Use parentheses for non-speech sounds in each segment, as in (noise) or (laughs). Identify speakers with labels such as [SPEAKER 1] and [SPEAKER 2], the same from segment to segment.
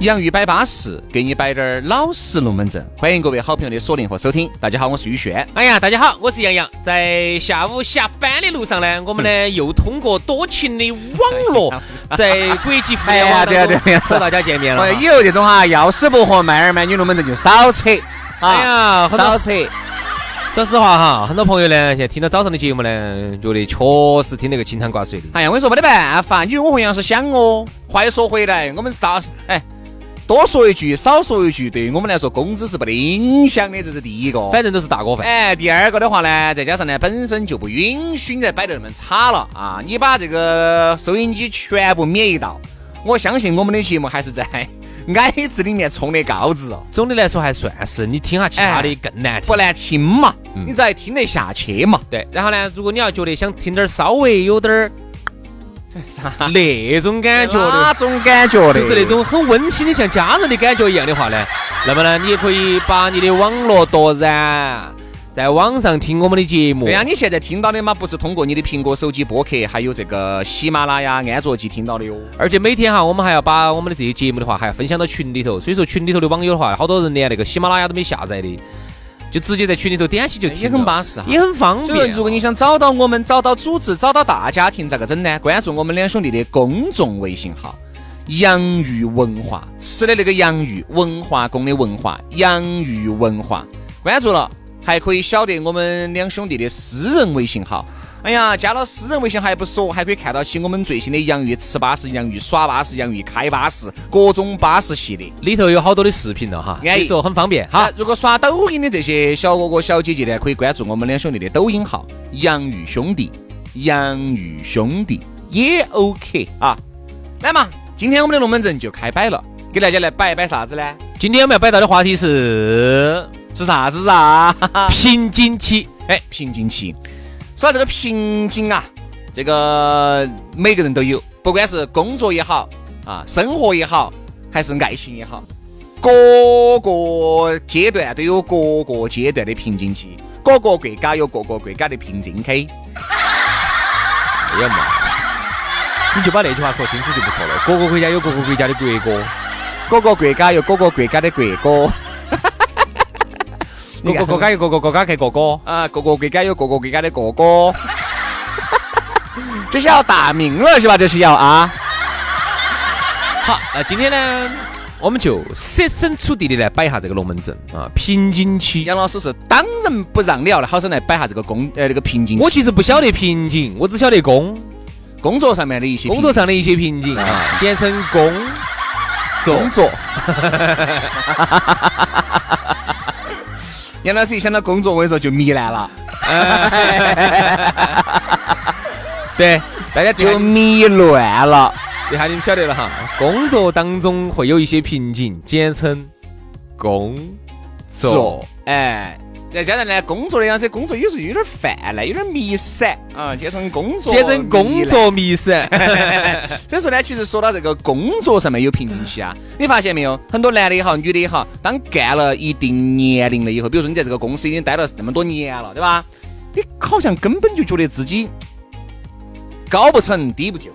[SPEAKER 1] 洋芋摆巴适，给你摆点儿老实龙门阵。欢迎各位好朋友的锁定和收听。大家好，我是宇轩。
[SPEAKER 2] 哎呀，大家好，我是杨洋。在下午下班的路上呢，我们呢
[SPEAKER 3] 嗯
[SPEAKER 2] 又通过多群的网络，在国际互联网
[SPEAKER 1] 哎
[SPEAKER 2] 当
[SPEAKER 1] 呀对呀对
[SPEAKER 2] 中
[SPEAKER 1] 呀
[SPEAKER 2] 和大家见面了
[SPEAKER 1] 哎，
[SPEAKER 2] 哈。
[SPEAKER 1] 以后这种哈，要死不活、卖儿卖女龙门阵就少扯
[SPEAKER 2] 哎
[SPEAKER 1] 啊，
[SPEAKER 2] 呀，很
[SPEAKER 1] 少
[SPEAKER 2] 多
[SPEAKER 1] 扯。
[SPEAKER 2] 说实话哈，很多朋友呢，现在听到早上的节目呢，觉得确实听得个清汤挂水的。
[SPEAKER 1] 哎呀，我跟你说没得办法，你以为我和杨是想哦。话又说回来，我们是大哎，多说一句少说一句，对于我们来说，工资是没得影响的，这是第一个。
[SPEAKER 2] 反正都是大锅饭。
[SPEAKER 1] 哎，第二个的话呢，再加上呢，本身就不允许你再摆得那么差了啊！你把这个收音机全部免一道，我相信我们的节目还是在矮子里面冲的高子哦，
[SPEAKER 2] 总的来说还算是，你听下其他的更难听。
[SPEAKER 1] 不难听嘛，你才听得下去嘛。
[SPEAKER 2] 嗯对，然后呢，如果你要觉得想听点儿稍微有点
[SPEAKER 1] (laughs)
[SPEAKER 2] 儿那种感觉的
[SPEAKER 1] 哪。种感觉的？
[SPEAKER 2] 就是那种很温馨的，像家人的感觉一样的话呢，那么呢，你也可以把你的网络拓展，在网上听我们的节目。
[SPEAKER 1] 对呀、你现在听到的嘛，不是通过你的苹果手机播客，还有这个喜马拉雅、安卓机听到的哟。
[SPEAKER 2] 而且每天哈，我们还要把我们的这些节目的话，还要分享到群里头。所以说，群里头的网友的话，好多人连那个喜马拉雅都没下载的，就直接在群里头点起就听了，
[SPEAKER 1] 也很巴适哈
[SPEAKER 2] 也很方
[SPEAKER 1] 所以说，
[SPEAKER 2] 便。啊
[SPEAKER 1] 如果你想找到我们、找到组织、找到大家庭，咋个整呢？关注我们两兄弟的公众微信号“洋芋文化”，吃的那个洋芋，文化宫的文化，洋芋文化。关注了，还可以晓得我们两兄弟的私人微信号。哎呀，加了私人微信还不说，还可以看到起我们最新的洋芋吃巴士、洋芋耍巴士、洋芋开巴士，各种巴士系列。
[SPEAKER 2] 里头有好多的视频了哈，所
[SPEAKER 1] 安逸
[SPEAKER 2] 以说很方便哈
[SPEAKER 1] 好。，如果刷抖音的这些小哥哥小姐姐呢，可以关注我们两兄弟的抖音号“洋芋兄弟”，洋芋兄弟也 OK 啊。来嘛，今天我们的龙门阵就开摆了，给大家来摆一摆啥子呢？
[SPEAKER 2] 今天我们要摆到的话题是
[SPEAKER 1] 是啥子
[SPEAKER 2] (laughs)
[SPEAKER 1] 啊？
[SPEAKER 2] 瓶颈期。
[SPEAKER 1] 哎，瓶颈期。说到这个瓶颈啊，这个每个人都有，不管是工作也好啊，生活也好，还是爱情也好，各个阶段都有各个阶段的瓶颈期，各个国家有各个国家的瓶颈期。
[SPEAKER 2] 哎呀妈！你就把那句话说清楚就不错了。各个国家有各个国家的国歌，
[SPEAKER 1] 各个国家有各个国家的国歌，
[SPEAKER 2] 各个国家有各个国家的国歌。
[SPEAKER 1] 啊，各个国家有各个国家的国歌。这是要打鸣了是吧？这是要啊！
[SPEAKER 2] 好，那今天呢，我们就设身处地的来摆一下这个龙门阵啊，瓶颈期。
[SPEAKER 1] 杨老师是当仁不让的，要来好生来摆下这个工呃这个瓶颈期。
[SPEAKER 2] 我其实不晓得瓶颈，我只晓得工，
[SPEAKER 1] 工作上面的一些
[SPEAKER 2] 工作上的一些瓶颈啊，简称工作
[SPEAKER 1] 工。作。 (laughs) 杨老师一想到工作，我跟你说就糜烂了，
[SPEAKER 2] 对，大家
[SPEAKER 1] 就
[SPEAKER 2] 就
[SPEAKER 1] 糜乱了。
[SPEAKER 2] 这下你们晓得了哈，工作当中会有一些瓶颈，简称工作。，
[SPEAKER 1] 哎，再加上呢，工作的样子，工作有时候有点泛滥，有点迷散啊，简称工作，
[SPEAKER 2] 简称工。作迷啊散。
[SPEAKER 1] 所以说呢，其实说到这个工作上面有瓶颈期啊，你发现没有？很多男的也好，女的也好，当干了一定年龄了以后，比如说你在这个公司已经待了那么多年了，对吧？你好像根本就觉得自己高不成低不就，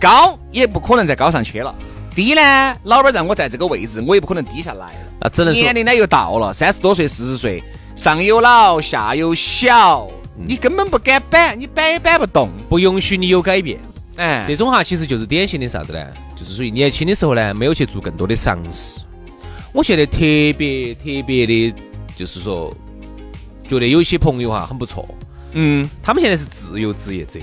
[SPEAKER 1] 高也不可能再高上去了，低呢，老板让我在这个位置，我也不可能低下来了。
[SPEAKER 2] 那只能说
[SPEAKER 1] 年龄呢又到了，三十多岁、四十岁，上有老，下有小，
[SPEAKER 2] 嗯
[SPEAKER 1] 你根本不敢板，你板也板不动。
[SPEAKER 2] 不允许你有改变。
[SPEAKER 1] 哎，
[SPEAKER 2] 这种哈，其实就是典型的啥子呢？就是属于年轻的时候呢，没有去做更多的尝试。我现在特别特别的，就是说，觉得有一些朋友哈很不错，
[SPEAKER 1] 嗯，
[SPEAKER 2] 他们现在是自由职业者，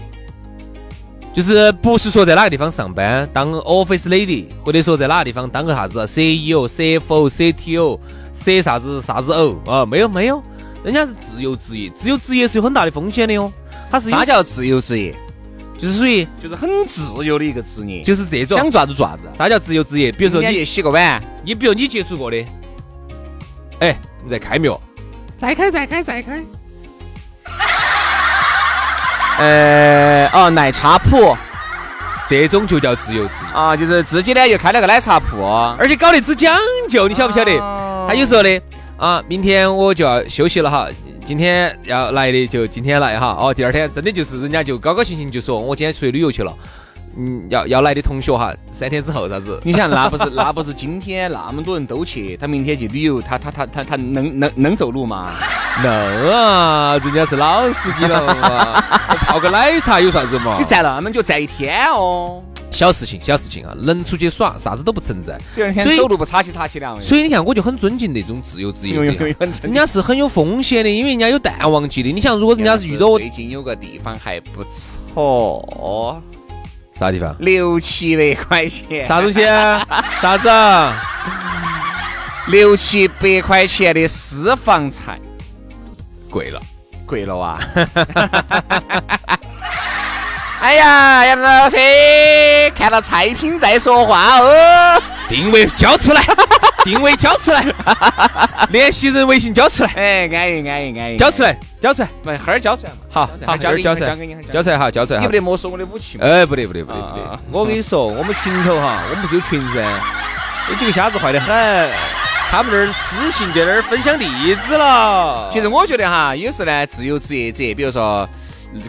[SPEAKER 2] 就是不是说在哪个地方上班当 office lady，或者说在哪个地方当个啥子啊 E CEO、CFO、CTO、C 啥子啥子 O 啊？没有没有，人家是自由职业，自由职业是有很大的风险的哟。他是有
[SPEAKER 1] 啥叫自由职业？
[SPEAKER 2] 就是属于
[SPEAKER 1] 就是很自由的一个职业，
[SPEAKER 2] 就是这种
[SPEAKER 1] 想做啥子做啥子。
[SPEAKER 2] 啥叫自由职业？比
[SPEAKER 1] 比
[SPEAKER 2] 如说你
[SPEAKER 1] 去洗个碗，
[SPEAKER 2] 你比如你接触过的，哎，你在开没有？
[SPEAKER 4] 再开，再开，再开。
[SPEAKER 1] 呃，哦，奶茶铺
[SPEAKER 2] 这种就叫自由职业，
[SPEAKER 1] 啊，就是自己呢又开了个奶茶铺，
[SPEAKER 2] 而且搞得之讲究，你晓不晓得？他有时候呢，啊，明天我就要休息了哈，今天要来的就今天来哈，哦，第二天真的就是人家就高高兴兴就说我今天出去旅游去了，嗯，要要来的同学哈，三天之后啥子？
[SPEAKER 1] 你想，那不是那不是今天那么多人都去，他明天去旅游，他他他他他能能能走路吗？
[SPEAKER 2] 能啊，人家是老司机了嘛，
[SPEAKER 1] (laughs)
[SPEAKER 2] 泡个奶茶有啥子嘛？
[SPEAKER 1] 你站那么久，站一天哦，
[SPEAKER 2] 小事情，小事情啊，能出去耍，啥子都不存在。
[SPEAKER 1] 第二天
[SPEAKER 2] 所以
[SPEAKER 1] 走路不擦起擦起凉。
[SPEAKER 2] 所以你看，我就很尊敬那种自由职业
[SPEAKER 1] 有有
[SPEAKER 2] 者
[SPEAKER 1] 有，有很
[SPEAKER 2] 人家是很有风险的，因为人家有淡旺季的。你想，如果人家是遇到我
[SPEAKER 1] 最近有个地方还不错，
[SPEAKER 2] 啥地方？
[SPEAKER 1] 六七百块钱，
[SPEAKER 2] 啥东西？啥子？
[SPEAKER 1] 六七百块钱的私房菜，
[SPEAKER 2] 贵了。
[SPEAKER 1] 贵了啊哇！ (laughs) 哎呀，杨老师，看到菜品再说话哦。
[SPEAKER 2] 定位交出来， (laughs) 定位交出来，联系人微信交出来，
[SPEAKER 1] (laughs) 哎，安逸安逸安逸，
[SPEAKER 2] 交出来，交出来。
[SPEAKER 1] 不，哈儿交出来嘛。
[SPEAKER 2] 好，
[SPEAKER 1] 好
[SPEAKER 2] 好，
[SPEAKER 1] 交给你
[SPEAKER 2] 交出来
[SPEAKER 1] 交给你交给，你
[SPEAKER 2] 交出来，好，交出来。
[SPEAKER 1] 你
[SPEAKER 2] 好
[SPEAKER 1] 不得没收我的武器嘛？
[SPEAKER 2] 哎，不对不对不对不对
[SPEAKER 1] 啊，
[SPEAKER 2] 我跟你说，我们群头哈，我们不是有群噻，有几个瞎子坏得很，他们那儿私信在那儿分享地址了。
[SPEAKER 1] 其实我觉得哈，有时候呢，自由职业者，比如说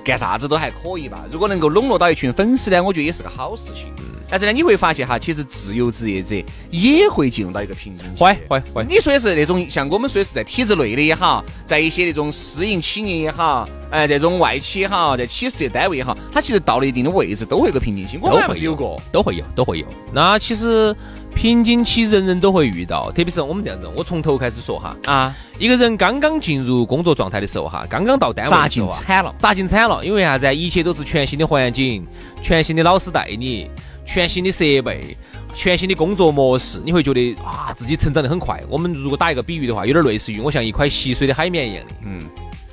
[SPEAKER 1] 干啥子都还可以吧。如果能够笼络到一群粉丝呢，我觉得也是个好事情。但是呢，你会发现哈，其实自由职业者也会进入到一个瓶颈期。
[SPEAKER 2] 坏坏坏
[SPEAKER 1] 你说的是那种像我们说的是在体制内的也好，在一些那种私营企业也好，哎，这种外企也好，在企事业单位也好，它其实到了一定的位置都会有个瓶颈期。我
[SPEAKER 2] 都
[SPEAKER 1] 们还不
[SPEAKER 2] 会
[SPEAKER 1] 是有过，
[SPEAKER 2] 都会有，都会有。那其实瓶颈期人人都会遇到，特别是我们这样子，我从头开始说哈。
[SPEAKER 1] 啊，
[SPEAKER 2] 一个人刚刚进入工作状态的时候哈，刚刚到单位
[SPEAKER 1] 砸
[SPEAKER 2] 的时
[SPEAKER 1] 进
[SPEAKER 2] 候啊，
[SPEAKER 1] 惨了。
[SPEAKER 2] 砸进惨了，因为啥子啊？一切都是全新的环境，全新的老师带你，全新的设备。全新的工作模式，你会觉得啊，自己成长得很快。我们如果打一个比喻的话，有点类似于我像一块吸水的海绵一样的，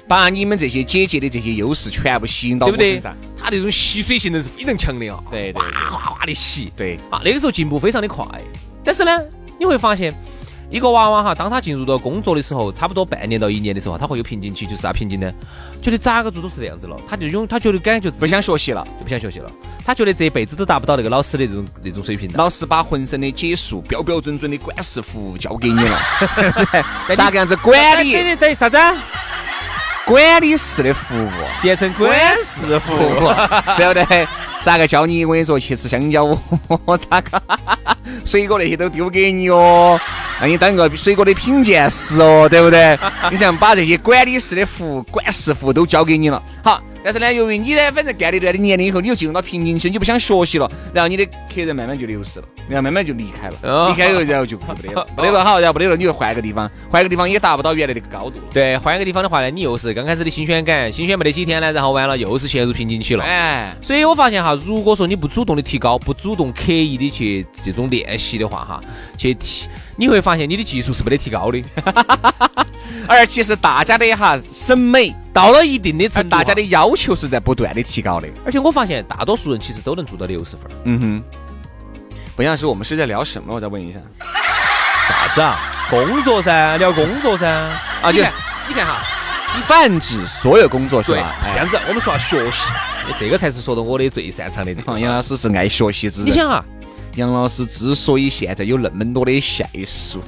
[SPEAKER 1] 把你们这些姐姐的这些优势全部吸引到
[SPEAKER 2] 对
[SPEAKER 1] 我
[SPEAKER 2] 不对
[SPEAKER 1] 身上。？
[SPEAKER 2] 它那种吸水性能是非常强的啊，
[SPEAKER 1] 对对
[SPEAKER 2] 哗哗哗的吸。
[SPEAKER 1] 对，
[SPEAKER 2] 啊，那个时候进步非常的快。但是呢，你会发现，一个娃娃哈，当他进入到工作的时候，差不多半年到一年的时候，他会有瓶颈期，就是啥瓶颈呢？觉得咋个做都是这样子了，他就永他觉得感觉自己
[SPEAKER 1] 不想学习了。
[SPEAKER 2] 就不想学习了，他觉得这辈子都达不到那个老师的这种那种水平了。
[SPEAKER 1] 老师把浑身的解数标标准准的管事服务交给你了，
[SPEAKER 2] (laughs)
[SPEAKER 1] 咋个样子管理
[SPEAKER 2] 等等啥子？
[SPEAKER 1] 管理式的服务，啊
[SPEAKER 2] 简称管事服
[SPEAKER 1] 服务对 (laughs) 不对？咋个教你？我跟你说，去吃香蕉，我咋个水果那些都丢给你哦， (laughs) 让你当个水果的品鉴师哦，对不对？ (laughs) 你想把这些管理式的服务、管事服务都交给你了，好。但是呢，由于你呢，反正干了一段的年龄以后，你又进入到瓶颈期，你就不想学习了，然后你的客人慢慢就流失了，然后慢慢就离开了，
[SPEAKER 2] 哦
[SPEAKER 1] 离开以后然后就不得了，不得了 (laughs) 好，然后不得了，你又换一个地方，换一个地方也达不到原来那个高度了，
[SPEAKER 2] 对，换一个地方的话呢，你又是刚开始的新鲜感，新鲜没得几天呢，然后完了又是陷入瓶颈期了。
[SPEAKER 1] 哎，
[SPEAKER 2] 所以我发现哈，如果说你不主动的提高，不主动刻意的去呃这种练习的话哈，去提，你会发现你的技术是没得提高的。 (laughs)
[SPEAKER 1] 哎而其实大家的哈审美
[SPEAKER 2] 到了一定的
[SPEAKER 1] 而
[SPEAKER 2] 程度，
[SPEAKER 1] 哎大家的，要求是在不断的提高的。
[SPEAKER 2] 而且我发现大多数人其实都能做到六十分儿。
[SPEAKER 1] 嗯哼，不像是我们是在聊什么？我再问一下。
[SPEAKER 2] 啥子啊？工作噻，聊工作噻。啊你
[SPEAKER 1] 就
[SPEAKER 2] 看，你看哈，
[SPEAKER 1] 泛指所有工作是
[SPEAKER 2] 对，
[SPEAKER 1] 吧？哎
[SPEAKER 2] 这样子我们说下学习，哎这个才是说到我的最擅长的地
[SPEAKER 1] 哎。
[SPEAKER 2] 方。
[SPEAKER 1] 杨老师是爱学习之
[SPEAKER 2] 你
[SPEAKER 1] 人。
[SPEAKER 2] 想啊，
[SPEAKER 1] 杨老师之所以现在有那么多的下属，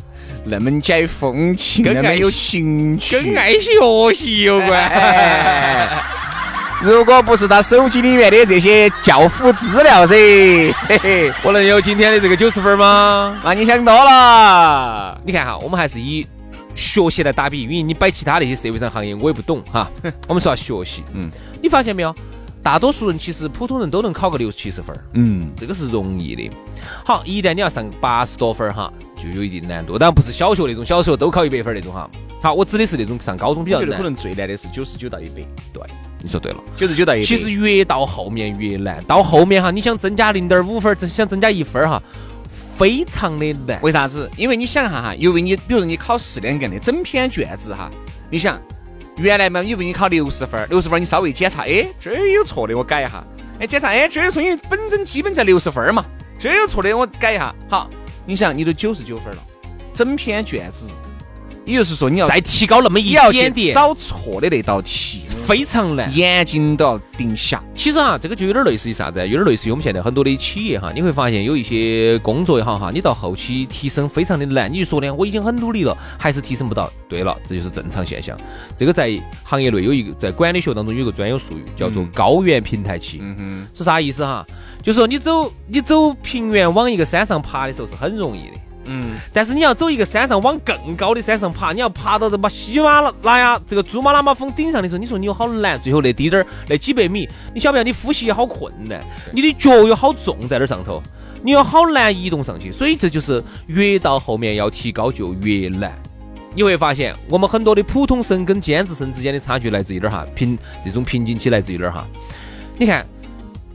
[SPEAKER 1] 那么解风情，
[SPEAKER 2] 跟爱
[SPEAKER 1] 那么有情趣，
[SPEAKER 2] 跟爱学习有关。
[SPEAKER 1] 哎如果不是他手机里面的这些教辅资料噻，嘿嘿，
[SPEAKER 2] (laughs) 我能有今天的这个九十分儿吗？
[SPEAKER 1] 那你想多了。
[SPEAKER 2] 你看哈，我们还是以学习来打比，因为你摆其他那些社会上行业我也不懂哈。我们说下学习，嗯，你发现没有？大多数人其实普通人都能考个六七十分，嗯，这个是容易的。好，一旦你要上八十多分儿哈，就有一定难度。当然不是小学那种，小学都考一百分儿那种哈。好，我指的是那种上高中比较
[SPEAKER 1] 我觉得可
[SPEAKER 2] 难。
[SPEAKER 1] 能最难的是九十九到一百，对，
[SPEAKER 2] 你说对了。
[SPEAKER 1] 九十九到一百，
[SPEAKER 2] 其实越到后面越难，到后面哈，你想增加零点五分儿，想增加一分儿哈，非常的难。
[SPEAKER 1] 为啥子？因为你想哈哈，因为你比如说你考四两个的整篇卷子哈，你想原来嘛，你为你考六十分儿，六十分儿你稍微检查，哎，这儿有错的我改一下，哎，检查，哎，这儿有错，因为本身基本在六十分儿嘛，这儿有错的我改一下。好，你想你都九十九分儿了，整篇卷子，也就是说你要
[SPEAKER 2] 再提高那么
[SPEAKER 1] 你
[SPEAKER 2] 一
[SPEAKER 1] 要去
[SPEAKER 2] 点点，
[SPEAKER 1] 找错的那道题，
[SPEAKER 2] 非常难。
[SPEAKER 1] 眼睛都要盯下。
[SPEAKER 2] 其实哈，这个就有点类似于啥子啊？有点类似于我们现在很多的企业哈，你会发现有一些工作也好哈，你到后期提升非常的难。你就说呢，我已经很努力了，还是提升不到。对了，这就是正常现象。这个在行业内有一个在管理学当中有一个专有术语，叫做高原平台期。
[SPEAKER 1] 嗯哼，
[SPEAKER 2] 是啥意思哈？就是说你走你走平原往一个山上爬的时候是很容易的，
[SPEAKER 1] 嗯，
[SPEAKER 2] 但是你要走一个山上往更高的山上爬，你要爬到这把喜马拉雅这个珠穆朗玛峰顶上的时候，你说你有好难？最后那滴点儿那几百米，你晓不晓得你呼吸有好困难，你的脚有好重在那儿上头，你有好难移动上去，所以这就是越到后面要提高就越难。你会发现，我们很多的普通生跟尖子生之间的差距来自于哪儿哈？瓶这种瓶颈期来自于哪儿哈？你看，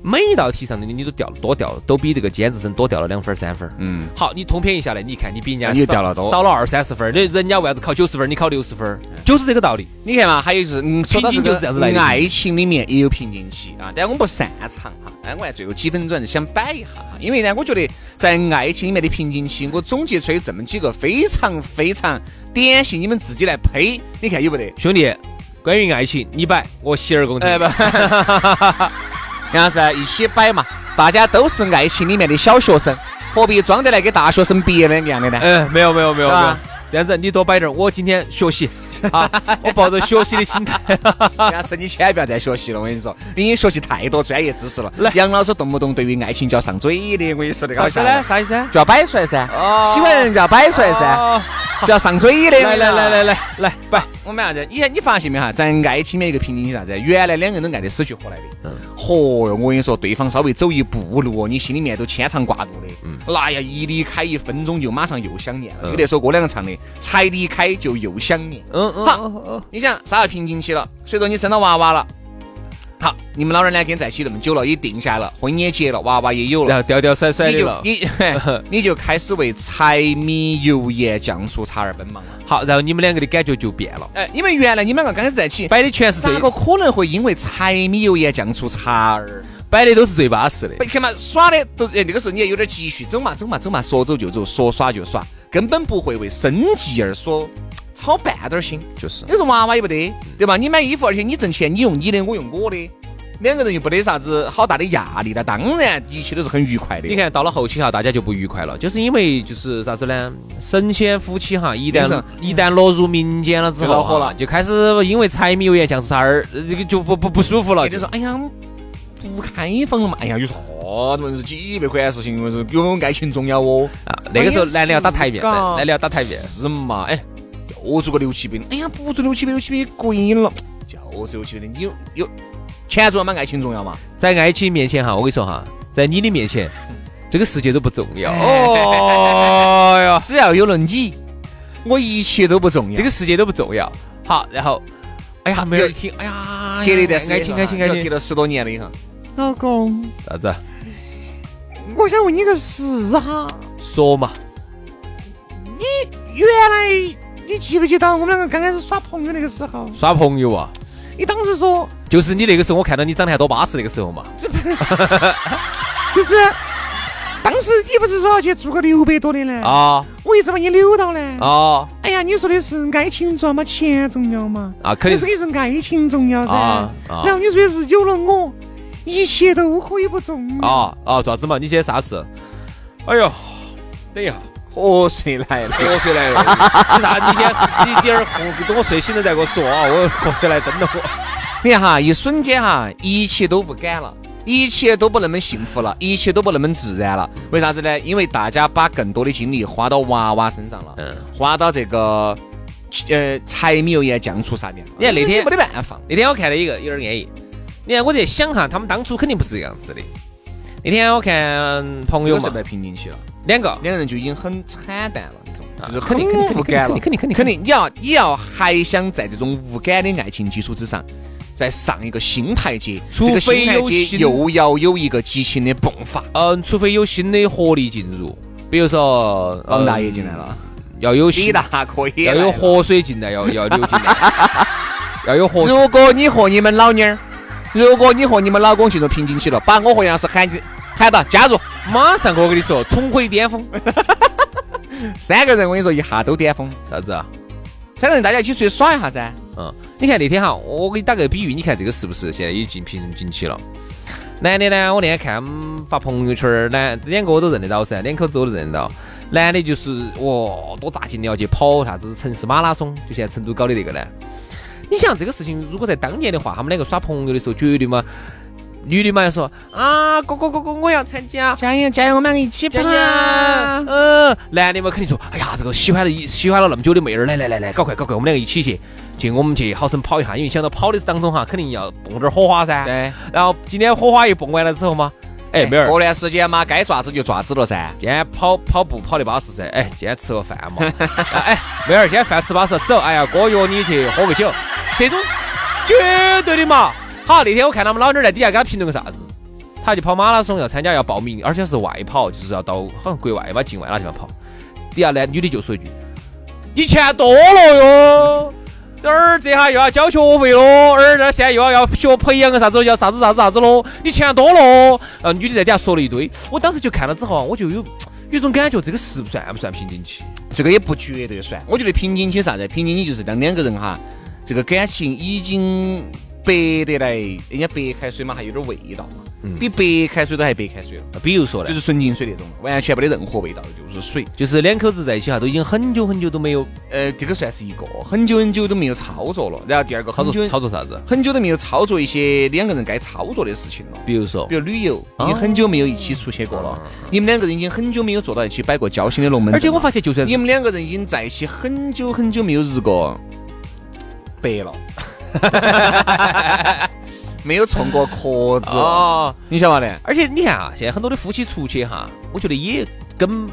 [SPEAKER 2] 每一道题上的你都掉多掉，都比这个尖子生多掉了两分儿三分。
[SPEAKER 1] 嗯，
[SPEAKER 2] 好，你通篇一下来，你看你比人家
[SPEAKER 1] 你又
[SPEAKER 2] 少
[SPEAKER 1] 掉了多
[SPEAKER 2] 少了二三十分儿，人人家为啥子考九十分儿，你考六十分儿，就是这个道理。
[SPEAKER 1] 你看嘛，还有就是，嗯，说到这
[SPEAKER 2] 瓶颈就是这样子
[SPEAKER 1] 个
[SPEAKER 2] 来的
[SPEAKER 1] 爱情里面也有瓶颈期啊，但我们不擅长哈，哎，我还最后几分钟还是想摆一下哈，因为呢，我觉得在爱情里面的瓶颈期，我总结出有这么几个非常非常典型，你们自己来呸，你看有没得？
[SPEAKER 2] 兄弟，关于爱情，你摆，我洗耳恭听。
[SPEAKER 1] 哎不， (laughs) 杨老师一起摆嘛，大家都是爱情里面的小学生，何必装得来给大学生毕业的那样的呢？
[SPEAKER 2] 哎，没有没有没有没
[SPEAKER 1] 是
[SPEAKER 2] 有
[SPEAKER 1] 吧，
[SPEAKER 2] 这样子你多摆点儿，我今天学 (laughs) 习啊，我抱着学习的心态。
[SPEAKER 1] 杨老师，你千万不要再学习了，我跟你说，你已经学习太多专业知识了
[SPEAKER 2] 来。
[SPEAKER 1] 杨老师动不动对于爱情就要上嘴的，我跟你说这个 (laughs) 好
[SPEAKER 2] 啥意思
[SPEAKER 1] 吓
[SPEAKER 2] 呢？
[SPEAKER 1] 人。
[SPEAKER 2] 啥意思？
[SPEAKER 1] 就要摆出来噻，
[SPEAKER 2] 哦
[SPEAKER 1] (laughs) 喜欢人就要摆出来噻，
[SPEAKER 2] 哦
[SPEAKER 1] (laughs) 就要上嘴的。
[SPEAKER 2] 来来来来，来来摆，
[SPEAKER 1] 我们啥子？你看你发现没哈？在爱情里面一个瓶颈是啥子？原来两个人都爱得死去活来的，嗯，嚯哟，我跟你说，对方稍微走一步路哦，你心里面都牵肠挂肚的，嗯，那呀，一离开一分钟就马上又想念了。有那首歌两个唱的，才离开就又想念。
[SPEAKER 2] 嗯嗯
[SPEAKER 1] 好
[SPEAKER 2] 嗯嗯，
[SPEAKER 1] 你想啥叫瓶颈期了？随着你生了娃娃了。好，你们老人呢跟在一起那么久了，也定下来了，婚也结了，娃娃也有了
[SPEAKER 2] 然，后掉掉甩甩
[SPEAKER 1] 你
[SPEAKER 2] 的
[SPEAKER 1] 就
[SPEAKER 2] 了。
[SPEAKER 1] 你你 (laughs) 就开始为柴米油盐酱醋茶而奔忙了。
[SPEAKER 2] 好，然后你们两个的感觉就变了，
[SPEAKER 1] 哎，因为原来你们两个刚开始在一起，
[SPEAKER 2] 摆的全是最
[SPEAKER 1] 哪个可能会因为柴米油盐酱醋茶儿？
[SPEAKER 2] 摆的都是最巴适的
[SPEAKER 1] 不，。看嘛，耍的都哎，那个时候你还有点积蓄，走嘛走嘛走嘛，说走就走，说耍就耍，根本不会为生计而说操半点儿心。
[SPEAKER 2] 就是
[SPEAKER 1] 有时候娃娃也不得，对吧？你买衣服，而且你挣钱，你用你的，我用我的，两个人又不得啥子好大的压力，那当然一切都是很愉快的。
[SPEAKER 2] 你看到了后期哈，大家就不愉快了，就是因为就是啥子呢？神仙夫妻哈，一
[SPEAKER 1] 就是
[SPEAKER 2] 旦一旦落入民间了之
[SPEAKER 1] 就恼
[SPEAKER 2] 后
[SPEAKER 1] 火
[SPEAKER 2] 哈
[SPEAKER 1] 了
[SPEAKER 2] 就开始因为柴米油盐酱醋茶儿，呃这个就不不不舒服了
[SPEAKER 1] 也。就是说，哎呀，不开放了嘛，哎呀，有啥子嘛？是几百块的事情，我说比我们爱情重要哦。
[SPEAKER 2] 啊那个时候
[SPEAKER 1] 哎呀
[SPEAKER 2] 男的要打台面，
[SPEAKER 1] 是啊
[SPEAKER 2] 男的要打台面。
[SPEAKER 1] 是嘛？哎，又做个六七百的，哎呀，不做六七百，六七百贵了，就是六七百的，你有有钱重要吗？爱情重要嘛？
[SPEAKER 2] 在爱情面前哈，我跟你说哈，在你的面前，这个世界都不重要。
[SPEAKER 1] 哦呀，哎 (laughs) 只要有了你，我一切都不重要。
[SPEAKER 2] 这个世界都不重要。好，然后，哎呀，没人听，哎呀，
[SPEAKER 1] 隔了一段时间
[SPEAKER 2] 爱情，爱情，爱
[SPEAKER 1] 隔
[SPEAKER 2] 情，
[SPEAKER 1] 了十多年了以后，
[SPEAKER 4] 老公，
[SPEAKER 2] 啥子？啊
[SPEAKER 4] 我想问你个事哈，
[SPEAKER 2] 说嘛，
[SPEAKER 4] 原来你记不记得我们两个刚开始耍朋友那个时候？
[SPEAKER 2] 耍朋友啊，
[SPEAKER 4] 你当时说，
[SPEAKER 2] 就是你那个时候，我看到你长得还多巴适那个时候嘛。
[SPEAKER 4] 就是当时你不是说要去做个六百多的呢？
[SPEAKER 2] 啊
[SPEAKER 4] 我一直把你扭到呢。
[SPEAKER 2] 啊
[SPEAKER 4] 哎呀，你说的是爱情重要吗？钱重要吗？
[SPEAKER 2] 啊，肯
[SPEAKER 4] 我
[SPEAKER 2] 定
[SPEAKER 4] 说
[SPEAKER 2] 是
[SPEAKER 4] 的是爱情重要噻。
[SPEAKER 2] 啊啊
[SPEAKER 4] 然后你说的是有了我，一切都可以不重要。
[SPEAKER 2] 啊啊，咋子嘛？你今天啥事？哎呦，等一下，
[SPEAKER 1] 瞌睡哦来了。
[SPEAKER 2] 瞌睡来 (laughs) 了。你啥？你先，你点儿等我睡醒了再跟我说啊，我瞌睡来蹬了我。
[SPEAKER 1] 你看哈，一瞬间哈，一切都不敢了，一切都不那么幸福了，一切都不那么自然了。为啥子呢？因为大家把更多的精力花到娃娃身上了，
[SPEAKER 2] 嗯
[SPEAKER 1] 花到这个呃柴米油盐酱醋上面了。
[SPEAKER 2] 你看那天
[SPEAKER 1] 这没得办法，
[SPEAKER 2] (laughs) 那天我看了一个，有点安逸。你看我在想哈，他们当初肯定不是这样子的。那天我看朋
[SPEAKER 1] 这
[SPEAKER 2] 友
[SPEAKER 1] 个时
[SPEAKER 2] 嘛
[SPEAKER 1] 候，在瓶颈期了，
[SPEAKER 2] 两个，
[SPEAKER 1] 两个人就已经很惨淡了，你懂吗？就是
[SPEAKER 2] 肯定肯定 (laughs)
[SPEAKER 1] 很不甘了。
[SPEAKER 2] 肯定肯定
[SPEAKER 1] 肯定你要你要还想在这种无感的爱情基础之上，再上一个新台阶，
[SPEAKER 2] 除
[SPEAKER 1] 这个
[SPEAKER 2] 非
[SPEAKER 1] 新台
[SPEAKER 2] 有
[SPEAKER 1] 阶
[SPEAKER 2] 新
[SPEAKER 1] 又要有一个激情的迸发。
[SPEAKER 2] 嗯，除非有新的活力进入，比如说
[SPEAKER 1] 王大
[SPEAKER 2] 嗯
[SPEAKER 1] 爷进来了，
[SPEAKER 2] 要有新
[SPEAKER 1] 李大哥也
[SPEAKER 2] 要
[SPEAKER 1] 来
[SPEAKER 2] 有
[SPEAKER 1] 了
[SPEAKER 2] 河水进来，要要流进来， (laughs) 要有河水。
[SPEAKER 1] 如果你和你们老妞儿，如果你和你们老公进入瓶颈期了，把我和杨老师喊进喊到加入，
[SPEAKER 2] 马上我跟你说，重回巅峰。
[SPEAKER 1] 三个人我跟你说一下都巅峰了，
[SPEAKER 2] 啥子啊？
[SPEAKER 1] 三个人大家一起出去耍一下噻。
[SPEAKER 2] 嗯，你看那天哈，我给你打个比喻，你看这个是不是现在已经瓶颈期了？男的呢，我那天看嗯发朋友圈儿，男两个我都认得到噻，两口子我都认得到。男的就是哇，多扎劲了，去跑啥子城市马拉松，就现在成都搞的这个呢。你想这个事情，如果在当年的话，他们两个耍朋友的时候，绝对嘛，女的嘛要说啊，哥哥哥哥，我要参加，
[SPEAKER 1] 加油加油，我们一起
[SPEAKER 2] 加油！嗯，男的嘛肯定说，哎呀，这个喜欢了一喜欢了那么久的妹儿，来来来来，搞快搞快，我们两个一起去，去我们去好生跑一下，因为想到跑的当中哈，肯定要蹦点儿火花噻。。
[SPEAKER 1] 对，
[SPEAKER 2] 然后今天火花一蹦完了之后嘛，哎，妹儿，
[SPEAKER 1] 过段时间嘛，该爪子就爪子了噻。
[SPEAKER 2] 今天跑跑步跑的巴适噻，哎，今天吃个饭嘛，啊哎，妹儿，今天饭吃巴适，走，哎呀，哥约你去喝个酒，这种绝对的嘛。好，那天我看他们老妞儿在底下给他评论个啥子，他去跑马拉松要参加要报名，而且是外跑，就是要到好像国外吧，境外那地方跑。底下呢，女的就说一句：“你钱多了哟，这儿这下又要交学费喽，儿那现在又要要学培养个啥子，要啥子啥子啥子喽，你钱多了哦。”然后女的在底下说了一堆，我当时就看了之后啊，我就有有种感觉，这个是不算不算瓶颈期？
[SPEAKER 1] 这个也不绝对算。我觉得瓶颈期是啥子？瓶颈期就是当两个人哈，这个感情已经白得来，人家白开水嘛，还有点味道嘛，比白开水都还白开水了，
[SPEAKER 2] 比如说呢，
[SPEAKER 1] 就
[SPEAKER 2] 就是
[SPEAKER 1] 是纯净水那种，完全没得任何味道，就是水。
[SPEAKER 2] 就是两口子在一起哈，都已经很久很久都没有
[SPEAKER 1] 呃，这个算是一个，很久很久都没有操作了。然后第二个，
[SPEAKER 2] 操
[SPEAKER 1] 很久
[SPEAKER 2] 作操作啥子，
[SPEAKER 1] 很久都没有操作一些两个人该操作的事情了。
[SPEAKER 2] 比如说
[SPEAKER 1] 比如旅游，你很久没有一起出去过了，你们两个人已经很久没有坐到一起摆过交心的龙门阵了。
[SPEAKER 2] 哦而且我发现，就算
[SPEAKER 1] 你们两个人已经在一起很久很久没有日过白了， (laughs) 没有冲过壳子，
[SPEAKER 2] 哦，
[SPEAKER 1] 你晓得吧？
[SPEAKER 2] 而且你看啊，现在很多的夫妻出去哈，我觉得也跟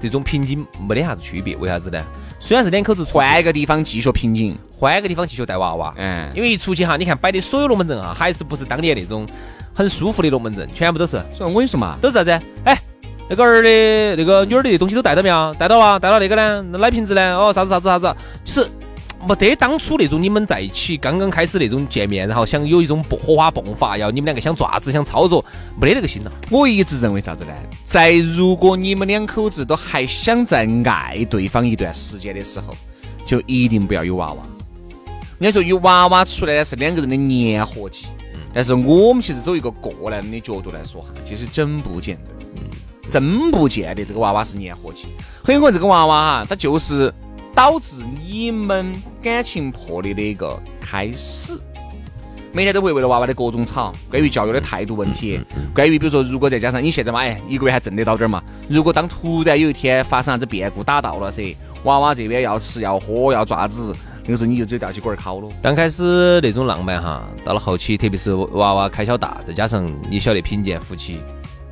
[SPEAKER 2] 这种瓶颈没得啥子区别。为啥子呢？虽然是两口子出去
[SPEAKER 1] 换一个地方继续瓶颈，
[SPEAKER 2] 换一个地方继续带娃娃，
[SPEAKER 1] 嗯
[SPEAKER 2] 因为一出去哈，你看摆的所有龙门阵哈，啊还是不是当年那种很舒服的龙门阵，全部都是
[SPEAKER 1] 所以我跟你说嘛，
[SPEAKER 2] 都是啥子？哎，那个儿的那个女儿的东西都带到没有？带到了，带到那个呢？那奶瓶子呢？哦，啥子啥子啥子？就是没得当初那种你们在一起刚刚开始那种见面，然后想有一种火花迸发，要你们两个想爪子想操作，没得那个心了。
[SPEAKER 1] 我一直认为啥子呢？在如果你们两口子都还想再爱对方一段时间的时候，就一定不要有娃娃。人家说有娃娃出来呢是两个人的粘合剂，但是我们其实走一个过来人的角度来说哈，其实真不见得，真不见得这个娃娃是粘合剂。很有可能这个娃娃哈，它就是导致你们感情破裂的一个开始。每天都会为了娃娃的各种吵，关于教育的态度问题，关于比如说，如果再加上你现在嘛，哎，一个月还挣得到点儿嘛，如果当突然有一天发生啥子变故打到了噻，娃娃这边要吃要喝要爪子，那个时候你就只有吊起棍儿烤了。
[SPEAKER 2] 刚开始那种浪漫哈，到了后期，特别是娃娃开销大，再加上你晓得贫贱夫妻，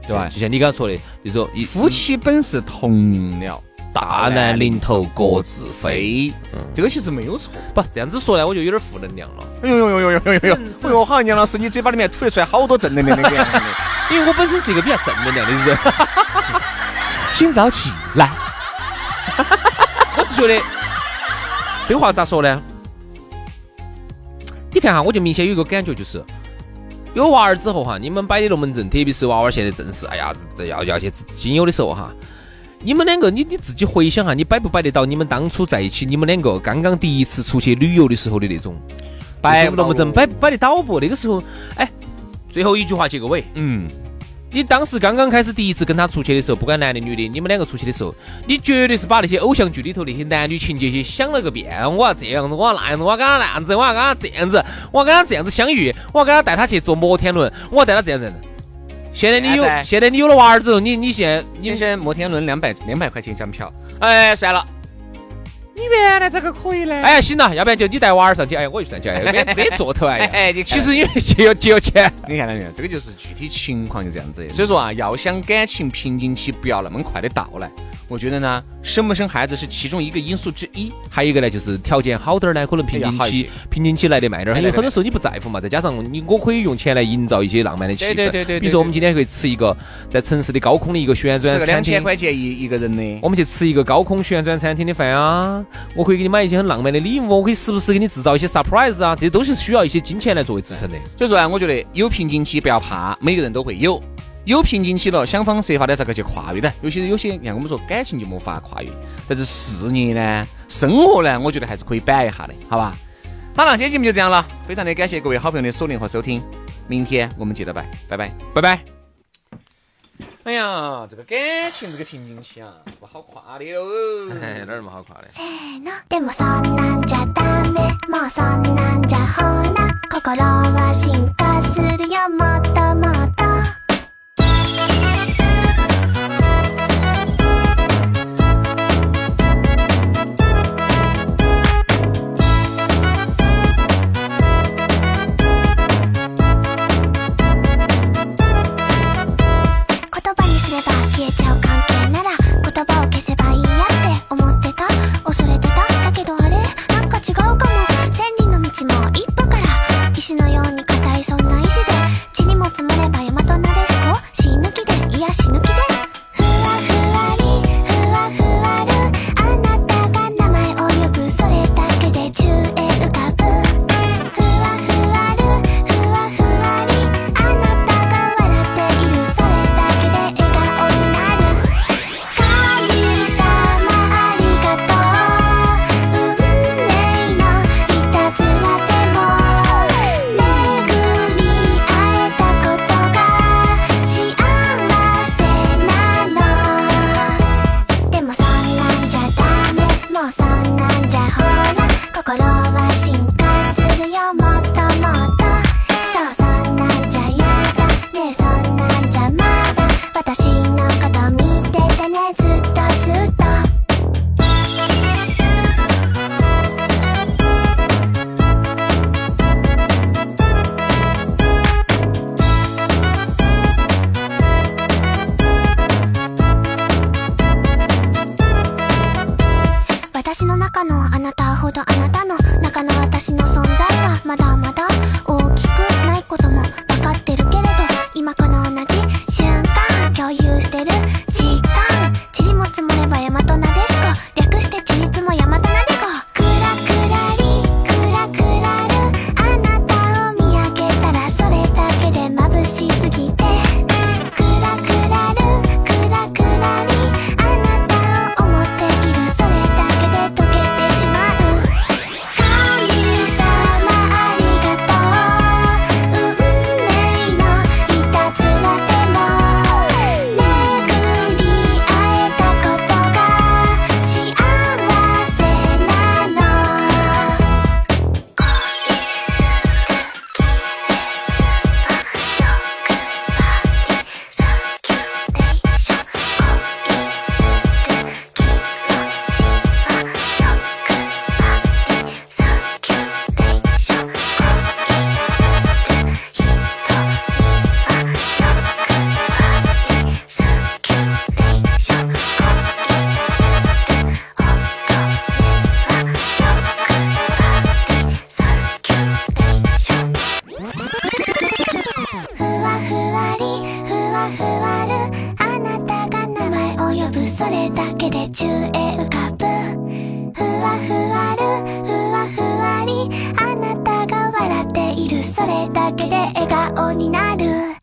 [SPEAKER 2] 对吧？
[SPEAKER 1] 对
[SPEAKER 2] 就像你刚刚说的，就说一
[SPEAKER 1] 夫妻本是同林鸟，
[SPEAKER 2] 大难临头各自飞。
[SPEAKER 1] 飞，这个其实没有错。
[SPEAKER 2] 不这样子说呢，我就有点负能量了，
[SPEAKER 1] 哎呦呦呦呦呦呦呦！哎呦，好像杨老师，你嘴巴里面吐得出来好多正能量的感觉。
[SPEAKER 2] 因为我本身是一个比较正能量的人，
[SPEAKER 1] 清早起来，
[SPEAKER 2] 我是觉得这个话咋说呢？你看哈，我就明显有一个感觉，就是有娃儿之后哈，你们摆的龙门阵，特别是娃娃儿现在正是哎呀，这要要去经有的时候哈，你们两个你你自己回想哈，你摆不摆得到你们当初在一起，你们两个刚刚第一次出去旅游的时候的那种
[SPEAKER 1] 摆
[SPEAKER 2] 那种龙门阵，摆摆得到不？那个时候，哎，最后一句话结个尾，
[SPEAKER 1] (laughs) 嗯，
[SPEAKER 2] 你当时刚刚开始第一次跟他出去的时候，不管男的女的，你们两个出去的时候，你绝对是把那些偶像剧里头那些男女情节去想了个遍。我要这样子，我要那样子，我要跟他那样子，我要跟他这样子，我要跟他这样子相遇，我要跟他带他去坐摩天轮，我要带他这样子。现在你有
[SPEAKER 1] 现在，
[SPEAKER 2] 现在你有了娃儿之后，你你现在你
[SPEAKER 1] 今天摩天轮两百两百块钱一张票，哎，算了，
[SPEAKER 4] 你原来这个可以嘞，
[SPEAKER 2] 哎呀，行了，要不然就你带娃儿上去，哎呀，我就上去，哎呀，没没坐头，哎
[SPEAKER 1] (laughs)
[SPEAKER 2] 呀，
[SPEAKER 1] 哎，你
[SPEAKER 2] 其实因为节约节约钱，
[SPEAKER 1] 你看到没有？这个就是具体情况就这样子的。所以说啊，要想感情瓶颈期不要那么快的到来，我觉得呢，生不生孩子是其中一个因素之一。
[SPEAKER 2] 还有一个呢，就是条件好点儿呢，可能瓶
[SPEAKER 1] 哎呀好
[SPEAKER 2] 颈
[SPEAKER 1] 一些
[SPEAKER 2] 期瓶颈期来得慢点儿，因为
[SPEAKER 1] 来得
[SPEAKER 2] 很多时候你不在乎嘛，再加上你我可以用钱来营造一些浪漫的气氛。
[SPEAKER 1] 对对对对
[SPEAKER 2] 比如说我们今天可以吃一个在城市的高空的一个旋
[SPEAKER 1] 这
[SPEAKER 2] 转
[SPEAKER 1] 个两
[SPEAKER 2] 餐厅
[SPEAKER 1] 千。块钱一一个人的，
[SPEAKER 2] 我们去吃一个高空旋转餐厅的饭啊，我可以给你买一些很浪漫的礼物，我可以时不时给你制造一些 surprise 啊，这些都是需要一些金钱来作为支撑的。
[SPEAKER 1] 所以说啊，我觉得有瓶颈期不要怕，每个人都会有。有瓶颈期了，想方设法的咋个去跨越的？有些有些像我们说感情就没法跨越，但是事业呢、生活呢，我觉得还是可以摆一下的，好吧？好了，今天节目就这样了，非常的感谢各位好朋友的锁定和收听，明天我们接着拜，拜拜，拜拜。哎呀，这个感情这个瓶颈期啊，是不好跨的哦。
[SPEAKER 2] 哎，哪儿那么好夸的？
[SPEAKER 5] でもそんなんじゃダメもうそんなんじゃほら心は進化するよもっともっと言葉にすれば消えちゃう関係なら言葉を消せばいいやって思ってた恐れてただけどあれなんか違うかも千里の道も一歩から石のように硬いそんな意志で地にも積もれば山となでしこ死ぬ気でいや死ぬ気でふわふわりふわふわるあなたが名前を呼ぶそれだけで宙へ浮かぶふわふわるふわふわりあなたが笑っているそれだけで笑顔になる神様ありがとう運命のいたずらでも巡り会えたことが幸せなのでもそんなんじゃダメもうそんなんじゃほら心は進化するよもっともっとそうそんなんじゃやだねえそんなんじゃまだ私のこと見ててねずっとずっと私の中のあなたほどあなたの中の私の存在はまだまだ大きくないことも分かってるけれど今この同じ瞬間共有してる時間塵も積もれば山となでしこ略して塵つも山となでこくらくらりくらくらるあなたを見上げたらそれだけで眩しすぎて「くらくらるくらくらり」「あなたを思っているそれだけで溶けてしまう」「神様ありがとう」「運命のいたずらでも」「巡り会えたことが幸せなの」ふわふわりふわふわるあなたが名前を呼ぶそれだけで宙へ浮かぶふわふわるふわふわりあなたが笑っているそれだけで笑顔になる